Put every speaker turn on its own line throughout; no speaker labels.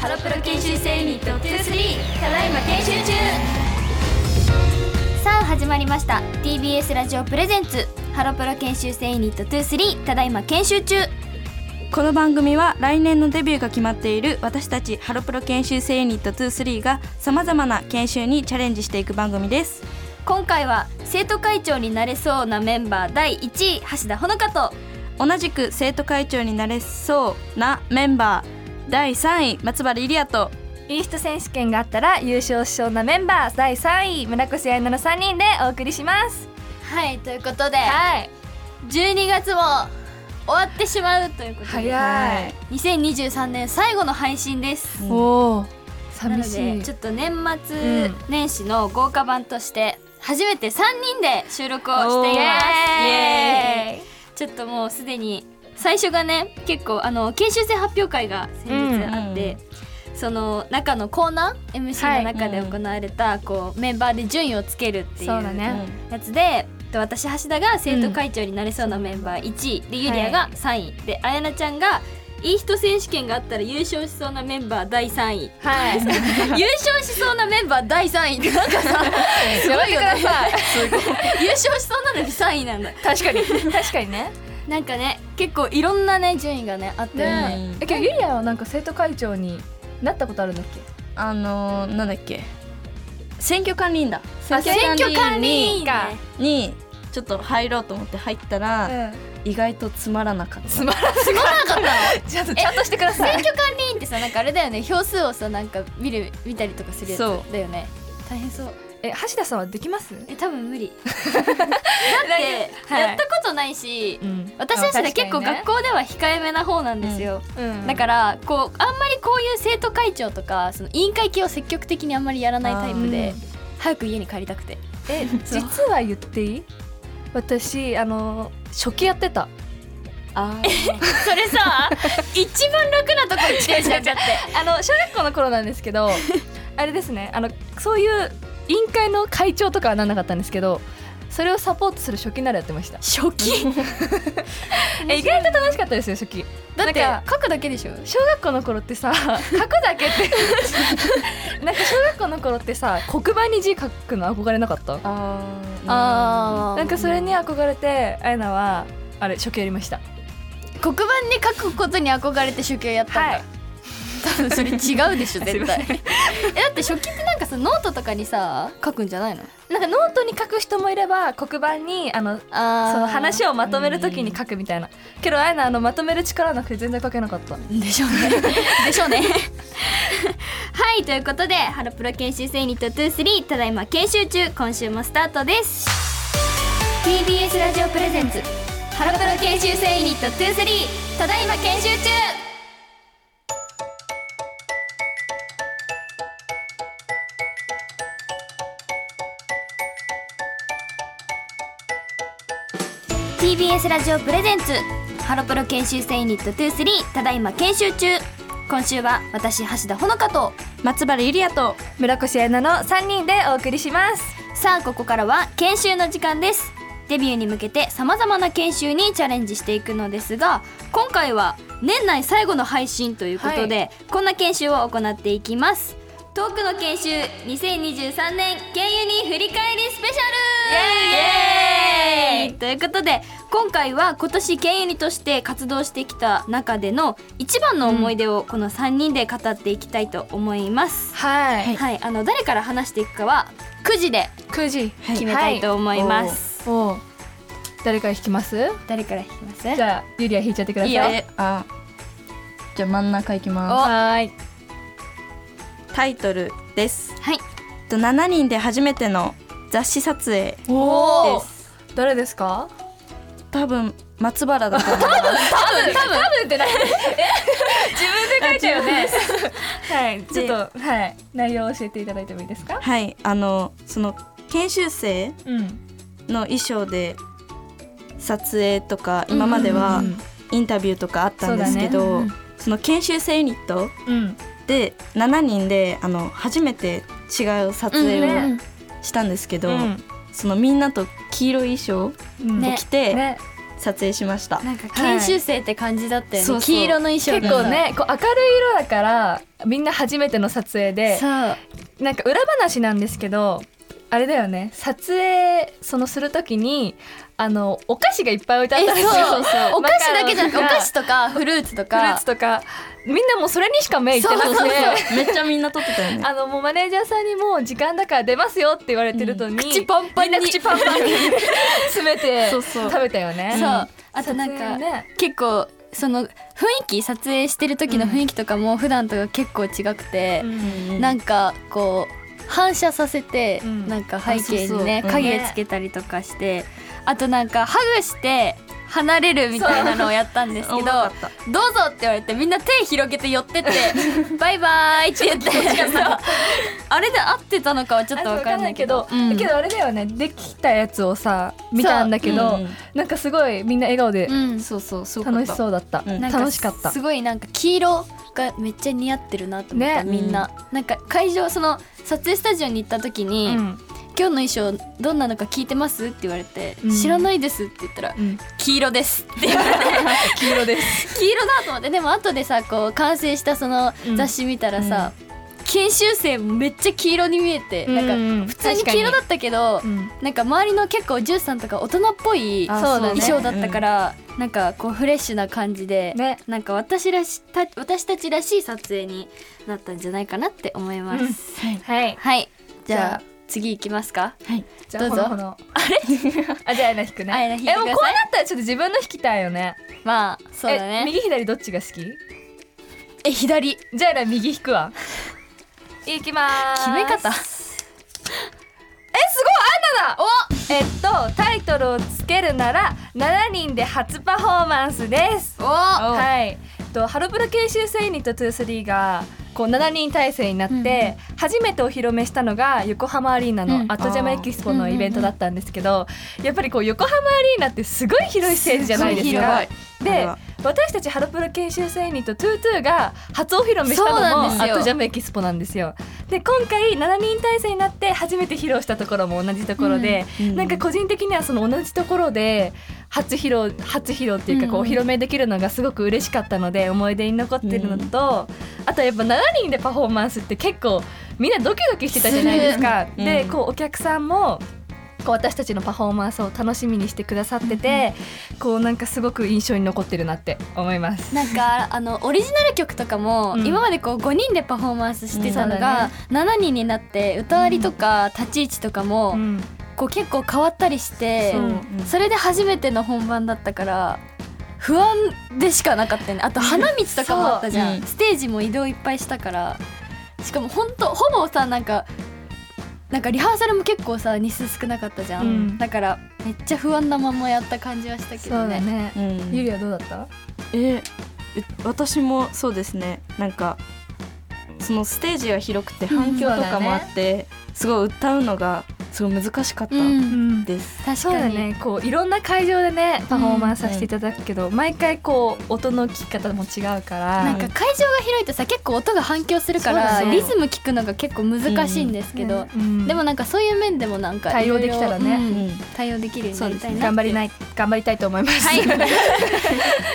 ハロプロ研修生ユニット23ただいま研修中
さあ始まりました TBS ラジオプレゼンツハロプロ研修生ユニット23ただいま研修中
この番組は来年のデビューが決まっている私たちハロプロ研修生ユニット23がさまざまな研修にチャレンジしていく番組です
今回は生徒会長になれそうなメンバー第1位橋田ほのかと
同じく生徒会長になれそうなメンバー第3位松原イリアと
イースト選手権があったら優勝しそうなメンバー第3位村越彩乃の3人でお送りします
はいということで、
はい
12月も終わってしまうということで
早
はい
い
2023年最後の配信です
おお
なの
寂し
で
い
ちょっと年
う
末
ん
年始の豪華版として初めて3人で収録をしています
おー
イエーイ
イエーイ
ちょっともうすでに最初がね結構あの研修生発表会が先日あって、その中のコーナー MC の中で行われた、こうメンバーで順位をつけるっていう
そうだね
やつで、で私橋田が生徒会長になれそうなメンバー1位、でゆりあが3位、であやなちゃんがいい人選手権があったら優勝しそうなメンバー第3位
はい
優勝しそうなメンバー第3位って なんかさ
やめてください
優勝しそうなのに3位なんだ
確かに確かにね
なんかね結構いろんなね順位がねあって、
ね
えけどユリアはなんか生徒会長になったことあるんだっけ
あのー、なんだっけ選挙管理員だ
あ選挙管理員
に
か
にちょっと入ろうと思って入ったら、意外とつまらなかった
つまらなか ったちょっとちゃんとしてください
選挙管理員ってさなんかあれだよね票数をさなんか見る見たりとかするやつ
そ
だよね大変そう
え橋田さんはできます
え多分無 理だって、
はい
やったことないし、
ん
私たちね結構学校では控えめな方なんですよ、だからこうあんまりこういう生徒会長とかその委員会系を積極的にあんまりやらないタイプで、早く家に帰りたくて
え実は言っていい私あの初期やってた
あ
それ さ一番楽なとこ行ってるじゃんだって
あの小学校の頃なんですけど あれですねあのそういう委員会の会長とかはなんなかったんですけどそれをサポートする初期ならやってました
初期
え意外と楽しかったですよ初期
だって
なん
書くだけでしょ
小学校の頃って さ書くだけって なんか小学校の頃ってさ黒板に字書くの憧れなかった
あー
あ
なんかそれに憧れてあやなはあれ初期やりました
黒板に書くことに憧れて初級やったんだ、
はい
多分それ違うでしょ 絶対えだって初期ってなんかさノートとかにさ書くんじゃないの
なんかノートに書く人もいれば黒板にあの
あ
その話
を
をまとめるときに書くみたいなけどあやなあのまとめる力なくて全然書けなかった
でしょうねでしょう ねはいということでハロプロ研修生ユニット23ただいま研修中今週もスタートです TBS ラジオプレゼンツハロプロ研修生ユニット23ただいま研修中「TBS ラジオプレゼンツハロプロ研修生ユニット23ただいま研修中」今週は私橋田ほのかと
松原ゆりやと
村越彩奈の3人でお送りします
さあここからは研修の時間ですデビューに向けてさまざまな研修にチャレンジしていくのですが今回は年内最後の配信ということで、こんな研修を行っていきますトークの研修2023年経由に振り返りスペシャル
イエーイ
ということで今回は今年経由にとして活動してきた中での一番の思い出をこの3人で語っていきたいと思います、
はい、
はい、あの誰から話していくかは9時で
9時
決めたいと思います。
はいおう誰から引きます
誰から引きます？
じゃあゆりあ引いちゃってください
いいよ
えあじゃあ真ん中いきます
はーい
タイトルです
は
え
い。
っと7人で初めての雑誌撮影で
おお誰ですか
多分松原だと思います
多分多分多分ってない自分で書いたよねはい ちょっとはい内容を教えていただいてもいいですか
はいあのその研修生
うん
の衣装で撮影とか今までは
うん
インタビューとかあったんですけ
そう
ど、
だね
その研修生ユニット
うん
で7人であの初めて違う撮影
うん
を
ね
したんですけど、
うん
そのみんなと黄色い衣装
うん
ね
を着て、
ね
撮影しました
なんか研修生って感じだったよね、
はい
黄色の衣装
結
が
構ねこう明るい色だからみんな初めての撮影で
そう
なんか裏話なんですけどあれだよね撮影そのするときにあのお菓子がいっぱい置いてあっ
え
たん
そう
ですよ
そうそうお菓子だけじゃなくてお
マカロ
菓
ンとか
子とかフルーツと
フルー
か
ツとかみんなもうそれにしか目いってなくて
めっちゃみんな撮ってたよね
あのもうマネージャーさんにもう時間だから出ますよって言われてるのに、
口パンパンに
みんな口パンパンに詰めて
そうそう
食べたよね
そうあとなん
撮
か、
影ね
結構その雰囲気撮影してる時の雰囲気とかも普段とか結構違くて、な
なん
んかこう反射させて、
うん
なんか背景に
あ
ね
そうそう
影つけたりとかして、あとなんかハグして離れるみたいなのをやったんですけど
おも
「
ろかった
どうぞ」って言われてみんな手広げて寄 ってって「バイバイ」って言ってそうあれで合ってたのかはちょっと
あ
分
わ
か
か
ん
ん
な
ないい
け
け
ど
ど、
うん
だけどあれだよねできたやつをさ見たんだけど、
そううん
なんかすごいみんな笑顔で
うん
そうそうすごかった
楽しそうだった、
うん
なん
楽しかった
すごいなんか黄色がめっちゃ似合ってるなと思った、
ね
みんな、なんか会場その撮影スタジオに行った時に、
うん
今日の衣装どんなのか聞いてます?」って言われて「
うん
知らないです」って言ったら
うん
「黄色です」って言わ れて
黄色です
黄色だと思ってでも後でさこう完成したその
うん
雑誌見たらさ、研修生めっちゃ黄色に見えて、
う
なんか
んうん
普通に黄色だったけど、
うん
なんか周りの結構ジュースさんとか大人っぽい
あ
衣
そうだね
装だったから、なんかこうフレッシュな感じで、
ね
なんか私らした私たちらしい撮影になったんじゃないかなって思います。
はい
はいじ
じ
ゃ
ゃ
あ
あ
次行きますか
じゃあ
どうぞ
ほのほの あれあじゃあアイナ引くね
アイナ引いてください
えもうこうなったらちょっと自分の引きたいよね
まあそうだ
え
ね
右左どっちが好き
え左
じゃあな右引くわいきまー
決
す
め方
えすごいアンナだおえっとタイトルをつけるなら7人で初パフォーマンスです
お
はいえっとハロプロ研修生ユニット23がこう7人体制になって、初めてお披露目したのが横浜アリーナ
う
の
ん
アットジャムエキスポのイベントだったんですけど、やっぱりこう横浜アリーナってすごい広いステージじゃないです
すごい広
か
い。
あれ
で
は
私たちハロプロ研修生ユニット22が初お披露目し
そ
た
う
の
なん
も
です
ア
よ
ットジャムエキスポなんですよ。で今回7人体制になって初めて披露したところも同じところで、
うん
なんか個人的にはその同じところで初披露初披露っていうかこう
う
お
ん
披露目できるのがすごく嬉しかったので思い出に残ってるのと、あとやっぱ7人でパフォーマンスって結構みんなドキドキしてたじゃないですか。
うん
で
うん
こうお客さんもこう私たちのパフォーマンスを楽しみにしてくださってて、こうなんかすごく印象に残ってるなって思います。
なんかあのオリジナル曲とかも、
うん
今までこう5人でパフォーマンスしてたの
う
が
ん、
7人になって歌割りとか立ち位置とかも、
うん
こう結構変わったりして
そう
それで初めての本番だったから不安でしかなかったよねあと花道とかもあった じゃん、
そううん
ステージも移動いっぱいしたからしかもほんとほぼさなんかなんかリハーサルも結構さ日数少なかったじゃん、
うん
だからめっちゃ不安なままやった感じはしたけ
そ
ど
うだ
ね
ね。
うん
ゆりはどうだった？
ええ私もそうですねなんかそのステージが広くて反響とかもあって、すごい歌うのがすごい難しかった
うん
ん
です、
確
そう
か
だ
に
ねこういろんな会場でねパフォーマンスさせていただくけど、毎回こう音の聞き方も違うから
なんか会場が広いとさ結構音が反響するか
そう
ら、
だね
リズム聞くのが結構難しいんですけど、
うん
でもなんかそういう面でもなんか
対応できたらね
いろ
う
いろうん
ん
対応できるようになりたいな
頑張りない頑張りたいと思います。
はい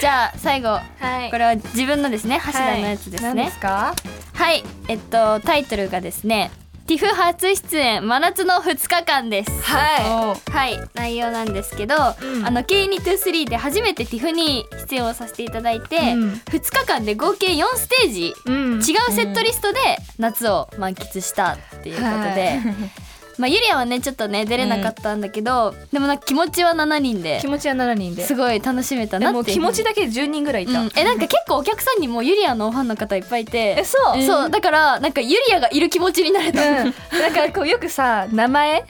じゃあ最後
はい
これは自分のですね橋田のやつです
何で
ね
すか？
はい、えっとタイトルがですね TIFF 初出演真夏の2日間です
は
お
はい内容なんですけど、
ん
あの K223 で初めて TIFF に出演をさせていただいて、
うん
2日間で合計4ステージ
い。うん
違うセットリストで夏を満喫したっていうことで、 まあゆりやはねちょっとね出れなかったんだけど、でもなんか気持ちは7人で
気持ちは7人で。
すごい楽しめた
で
なってい
も
うふうに
気持ちだけで10人ぐらいいた。
うんえなんか結構お客さんにもユリアのファンの方いっぱいいて
えそう。
そうだからなんかユリアがいる気持ちになれた、
うん、なんかこうよくさ名前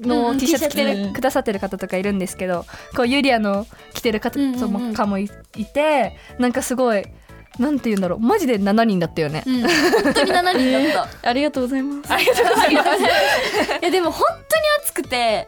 う
の
ん
T シャツ着て
T シャ
る
ツ
くださってる方とかいるんですけどこうユリアの着てる方と
うんうんうん
もかもいいてなんかすごいなんて言うんだろうマジで7人だったよね。
うん、本当に7人 だっ
ありがとうございます
たいやでも本当に暑くて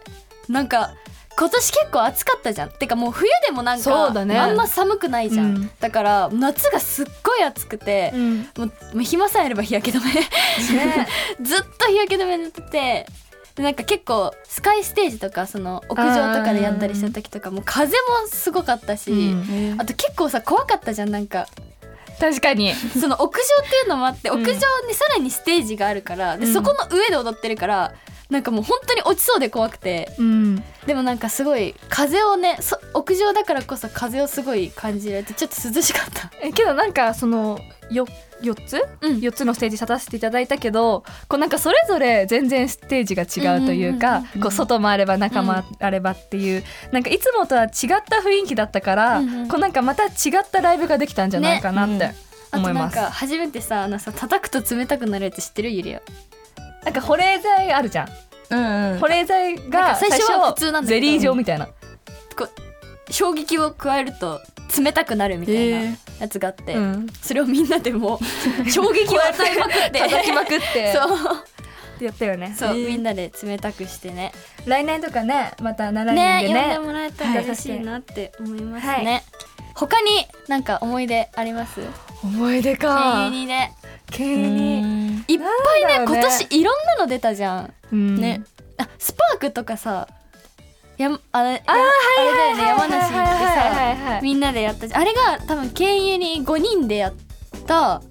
なんか今年結構暑かったじゃんてかもう冬でもなん
そう
か、
だね
あんま寒くないじゃん、
うん
だから夏がすっごい暑くて、もうもう暇さえあれば日焼け止め
ね
ずっと日焼け止め塗っててでなんか結構スカイステージとかその屋上とかでやったりした時とかもう風もすごかったし、
え
あと結構さ怖かったじゃんなんか
確かに
その屋上っていうのもあって
う
屋
ん
上にさらにステージがあるから、で
うん
そこの上で踊ってるからなんかもう本当に落ちそうで怖くて
うん
でもなんかすごい風をねそ屋上だからこそ風をすごい感じられてちょっと涼しかった。
えけどなんかそのよ4つ
うん
4つのステージ立たせていただいたけどこうなんかそれぞれ全然ステージが違うという
う
か
んうんうん
こう外もあれば中もあればっていうなんかいつもとは違った雰囲気だったから
うんうん
こうなんかまた違ったライブができたんじゃないかなっ
ね
て
あと
思い
なん
ます。
か初めてさあのさ叩くと冷たくなるやつ知ってるゆりや
なんか保冷剤あるじゃん
うんうん
保冷剤
なんか
が
最
最
初
初
は普通なんだけ
ゼ
ど
リー状みたいな。
衝撃を加えると冷たくなるみたいなやつがあって、
うん
それをみんなでも う衝撃を与えまくって
叩きまく って
そう
やったよね
そう、
えー
みんなで冷たくしてね
来年とかねまた7人
ね
でね
呼んでもらえたら嬉しいなって思いますね、
はい
他になんか思い出あります
思い出
声優
か
にね
急
う
に
ん
いっぱいね
なんだろうね
今年いろんなの出たじゃん
ね
ね
あスパークとかさやんあれああれだよね山梨行ってさ
さ
みんなでやったじゃんあれが多分県有に5人でやった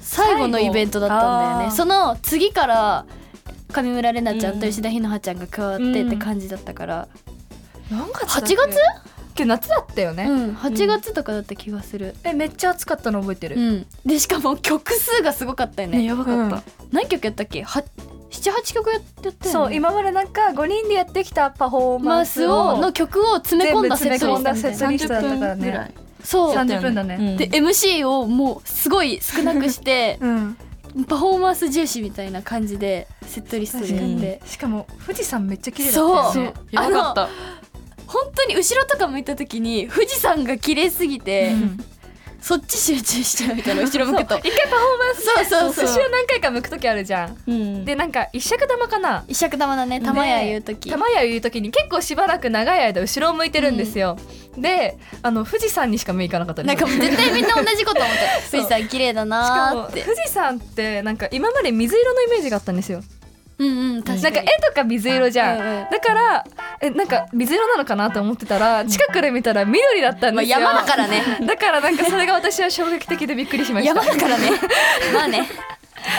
最後のイベントだったんだよねそ
最
の次から上村れなちゃんと吉田ひのはちゃんが加わってっ
うん
て感じだったから、
何月
8月
今日夏だったよ
う
ね、
ん8月とかだった気がする、
えめっちゃ暑かったの覚えてる、
うん、でしかも曲数がすごかったよね
ねやばかった、
何曲やったっけは78曲やってたよね
そう今までなんか5人でやってきたパフォーマ
マ
ン
ー
ス
ス
を
をの曲を詰め込んだセットリストみたい
全部詰め込んだセット
な
リストだったからね
30分ぐらい
そう
30分だね
うん
で MC をもうすごい少なくして
うん、
パフォーマンス重視みたいな感じでセットリストでやって
しかも富士山めっちゃ綺麗だったよね
そう
やばかった
本当に後ろとか向いた時に富士山が綺麗すぎて
うん
そっち集中しちゃうみたいな後ろ向く と
一回パフォーマンスして
そうそうそう
後ろ何回か向く時あるじゃん
うん
でなんか一尺玉かな
一尺玉だね玉や言う時
玉屋いう時に結構しばらく長い間後ろを向いてるんですよ、であの富士山にしか目いかなかったで
な
す
んかもう絶対みんな同じこと思って富士山綺麗だ
しか
なー
も
っ
富
て
士山ってなんか今まで水色のイメージがあったんですよ
うんうん確
な
か
ん
に
か絵とか水色じゃん、
うんうん
だからえなんか水色なのかなと思ってたら近くで見たら緑だったん
ま
で
あ
すよ、
山だから ね
だからなんかそれが私は衝撃的でびっくりしました
山だからね まあね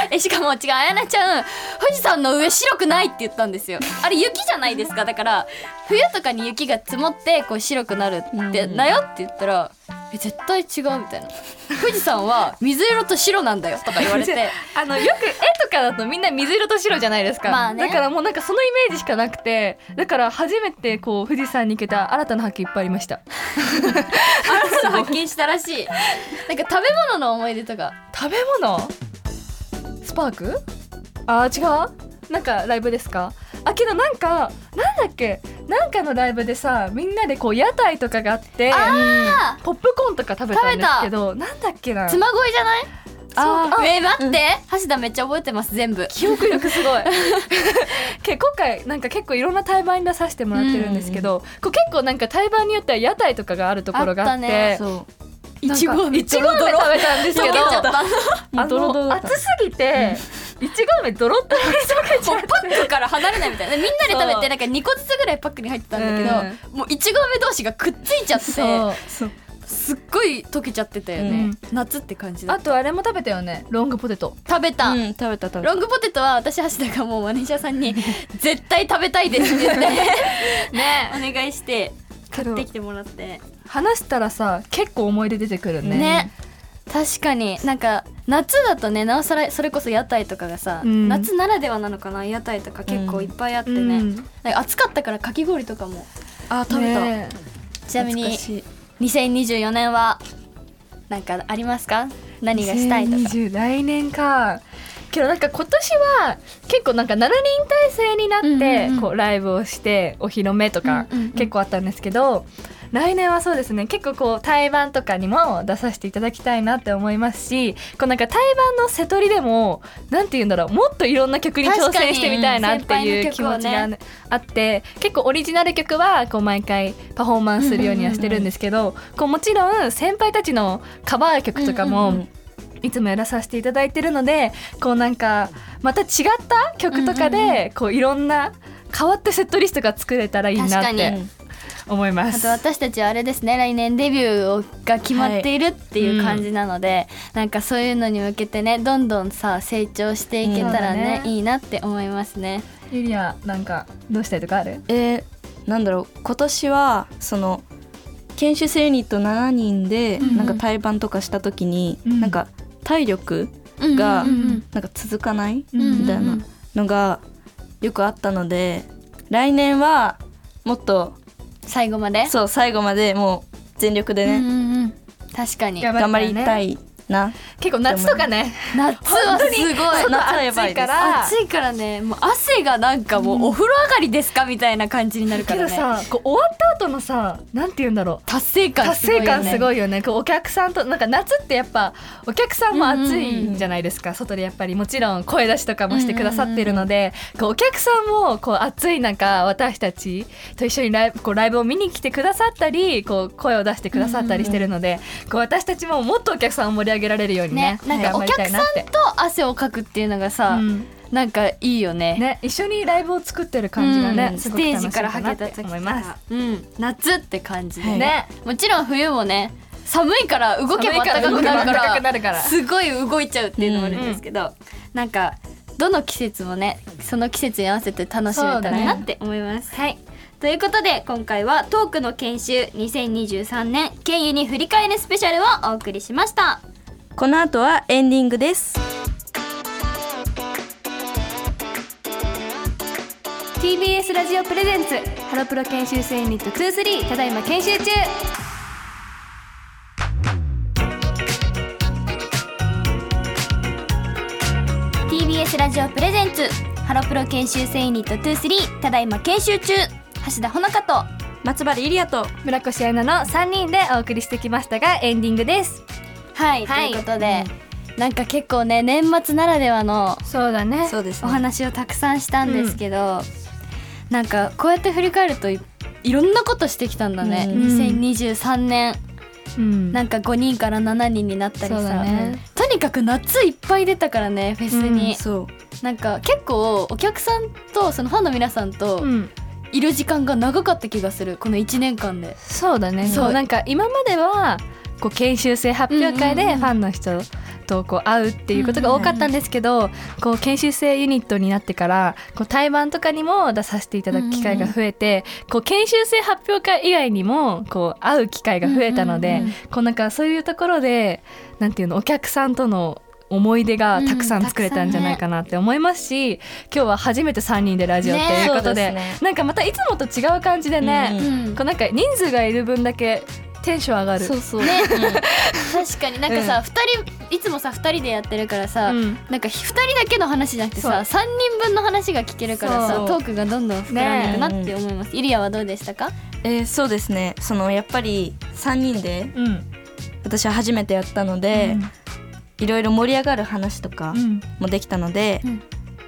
えしかも違うあやなちゃん富士山の上白くないって言ったんですよあれ雪じゃないですかだから冬とかに雪が積もってこう白くなるって
うん
だよって言ったらえ絶対違うみたいな富士山は水色と白なんだよとか言われ て
あのよく絵とかだとみんな水色と白じゃないですか、
まあね
だからもうなんかそのイメージしかなくてだから初めてこう富士山に行けた新たな発見いっぱいありました
新たな発見したらしいなんか食べ物の思い出とか
食べ物スパークあー違うなんかライブですかあけどなんかなんだっけなんかのライブでさみんなでこう屋台とかがあって
あ
ポップコーンとか食べたんですけどなんだっけな
妻恋じゃない
あー
あえ待って橋田めっちゃ覚えてます全部
記憶力すごい け今回なんか結構いろんな対バンに出させてもらってるんですけど、こう結構なんか対バンによっては屋台とかがあるところがあ
あった
って
ね
そ
いちご
いちご飴食べたんですけど
溶けちゃった
あ
うドロドロ
の
だった
暑すぎていちご飴ドロッとに 溶けちゃって
パックから離れないみたいなみんなで食べ
そう
てなんか2個ずつぐらいパックに入ってたんだけど、もういちご飴同士がくっついちゃって
そう
うそう
すっごい溶けちゃってたよね、夏って感じだ
あとあれも食べたよねロングポテト
食べた、
うん食べた食べ
ロ
た
ングポテトは私橋田がもうマネージャーさん に「絶対食べたいです」 って言ってねお願いして買ってきてもらって
話したらさ結構思い出出てくるね
ね確かになんか夏だとねなおさらそれこそ屋台とかがさ、
うん
夏ならではなのかな屋台とか結構いっぱいあってね、
うん
なんか暑かったからかき氷とかも
あ食べた、
ね
ちなみに
懐かしい
2024年はなんかありますか何がしたいとか
2020来年かけどなんか今年は結構なんか7人体制になって、
うんうんうん
こうライブをしてお披露目とか
うんうんうん
結構あったんですけど、来年はそうですね結構こう対バンとかにも出させていただきたいなって思いますしこうなんか対バンの瀬取りでもなんて言うんだろうもっといろんな曲に挑戦してみたいなっていう
確か
気
に
持
うん
ち
先輩
が
の
あって結構オリジナル曲はこう毎回パフォーマンスするようにはしてるんですけど、こうもちろん先輩たちのカバー曲とかも、
うんうん
いつもやらさせていただいてるのでこうなんかまた違った曲とかで、こういろんな変わってセットリストが作れたらいいなっ
確か
て
に
思いま
あ
す
と。私たちはあれですね来年デビューが決まっているっていう感じなので、なんかそういうのに向けてねどんどんさ成長していけたらね,、
うん
いいなって思いますね。
ゆりアなんかどうしたいとかある？
えーなんだろう今年はその研修生ユニット7人で
うんうん
なんか対バンとかした時に、
うん
なんか体力がなんか続かない
うんうん
みたいなのがよくあったので来年はもっと
最後まで
そう最後までもう全力で
う
ね、
んうんうん確かに
頑
頑張り
ね
た。いな、
結構夏とかね、
夏はすごい
夏はやば
暑
いで
いか
す
ら。
暑いからねもう汗がなんかもうお風呂上がりですかみたいな感じになるか
け
ら
ど
ね
さ、こう終わった後のさ、なんて言うんだろう。
達成感
達
すごいよね
成感すごいよねこうお客さんとなんか夏ってやっぱお客さんも暑いんじゃないですか、外でやっぱりもちろん声出しとかもしてくださってるので、こうお客さんもこう暑い中私たちと一緒にライブこうライブを見に来てくださったりこう声を出してくださったりしてるので、こう私たちももっとお客さんを盛り上げられるようにね
ねなんか
頑
お
張り
客
たい
さ
なって
んと汗をかくっていうのがさ、
うん
なんかいいよね
ね、一緒にライブを作ってる感じがね、
うんス
すごく
テ
楽し
ージ
み
からは
な
け
って
た時
思います。
うん、夏って感じでね、
ね、
もちろん冬もね寒いから動けば暖かくなる
寒いから動けば暖か
か
く
ら
なるから
すごい動いちゃうっていうのもあるんですけど、なんかどの季節もねその季節に合わせて楽しめたらなって思います。はいということで今回はトークの研修2023年県ユに振り返るスペシャルをお送りしました。
この後はエンディングです
TBS ラジオプレゼンツハロプロ研修生ユニット23ただいま研修中ラジオプレゼンツハロプロ研修生ユニット23ただいま研修中橋田ほのかと
松原ゆりやと
村越アナの3人でお送りしてきましたがエンディングです
はい、
はい
ということで、なんか結構ね年末ならではの
そうだね
そうです
お
ね
話をたくさんしたんですけど、なんかこうやって振り返るといいろんなことしてきたんだね、
うん
2023年
うん
なんか5人から7人になったり
そう
さ、
だね
とにかく夏いっぱい出たからねフェスに、
そう
なんか結構お客さんとそのファンの皆さんと
うん
いる時間が長かった気がするこの1年間で。
そうだね
そう
そうなんか今まではこう研修生発表会
うんうん
で
うん
ファンの人とこう会うっていうことが多かったんですけど、こう研修生ユニットになってからこう対バンとかにも出させていただく機会が増えて、こう研修生発表会以外にもこう会う機会が増えたの
うん
で、
うんうん
こうなんかそういうところでなんていうのお客さんとの思い出がたくさん作れたんじゃないかなって思いますし、今日は初めて3人でラジオっていうことで,、
ねそうですね
なんかまたいつもと違う感じでね、
うん
うん
こうなんか人数がいる分だけテンション上がる。
そうそう、
確かになんかさ、2人いつもさ2人でやってるからさ、
うん
なんか2人だけの話じゃなくてさ3人分の話が聞けるからさ
そう
トークがどんどん膨らんでいくなって思います、イリアはどうでしたか
えーそうですねそのやっぱり3人で
うん
私は初めてやったので、いろいろ盛り上がる話とか
うん
もできたので、
うん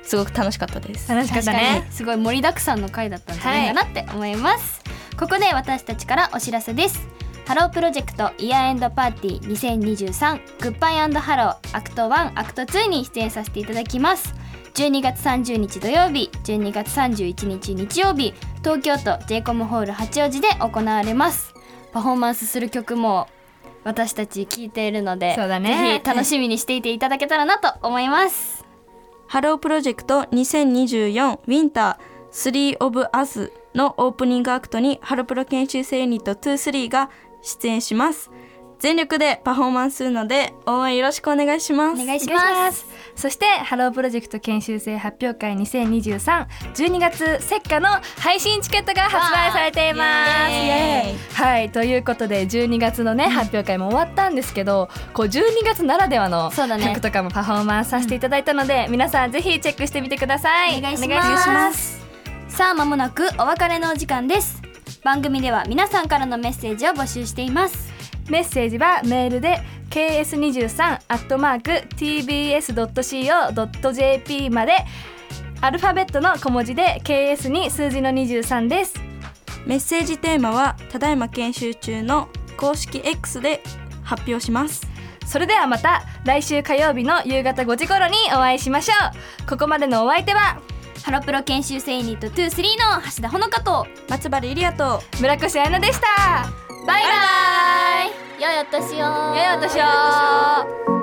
すごく楽しかったです。
楽しかったね。
すごい盛りだくさんの回だったんじゃないかなって思います、ここで私たちからお知らせですハロープロジェクトイヤーエンドパーティー2023グッバイハローアクト1アクト2に出演させていただきます12月30日土曜日12月31日日曜日東京都 j コムホール八王子で行われますパフォーマンスする曲も私たち聴いているので
そうだね
ぜひ楽しみにしていていただけたらなと思います
ハロープロジェクト2024ウィンター3 of Us のオープニングアクトにハロプロ研修生ユニット23が出演します。全力でパフォーマンスするので応援よろしくお願いします。
お願いし
お願
ま
い
す
しますそしてハロープロジェクト研修生発表会202312月セッカの配信チケットが発売されています。
イエーイ
イエーイはいということで12月のね発表会も終わったんですけど、こう12月ならではの
そうだね
曲とかもパフォーマンスさせていただいたので、皆さんぜひチェックしてみてください。
お願いします
す
さあ間もなくお別れのお時間です番組では皆さんからのメッセージを募集しています
メッセージはメールで ks23 アットマーク tbs.co.jp までアルファベットの小文字で ks に数字の23です
メッセージテーマはただいま研修中の公式 X で発表します。
それではまた来週火曜日の夕方5時頃にお会いしましょうここまでのお相手は
ハロプロ研修生ユニット23の橋田ほのかと
松原ゆりやと
村越彩乃でした
バイバイ
良いお年を
良いお年を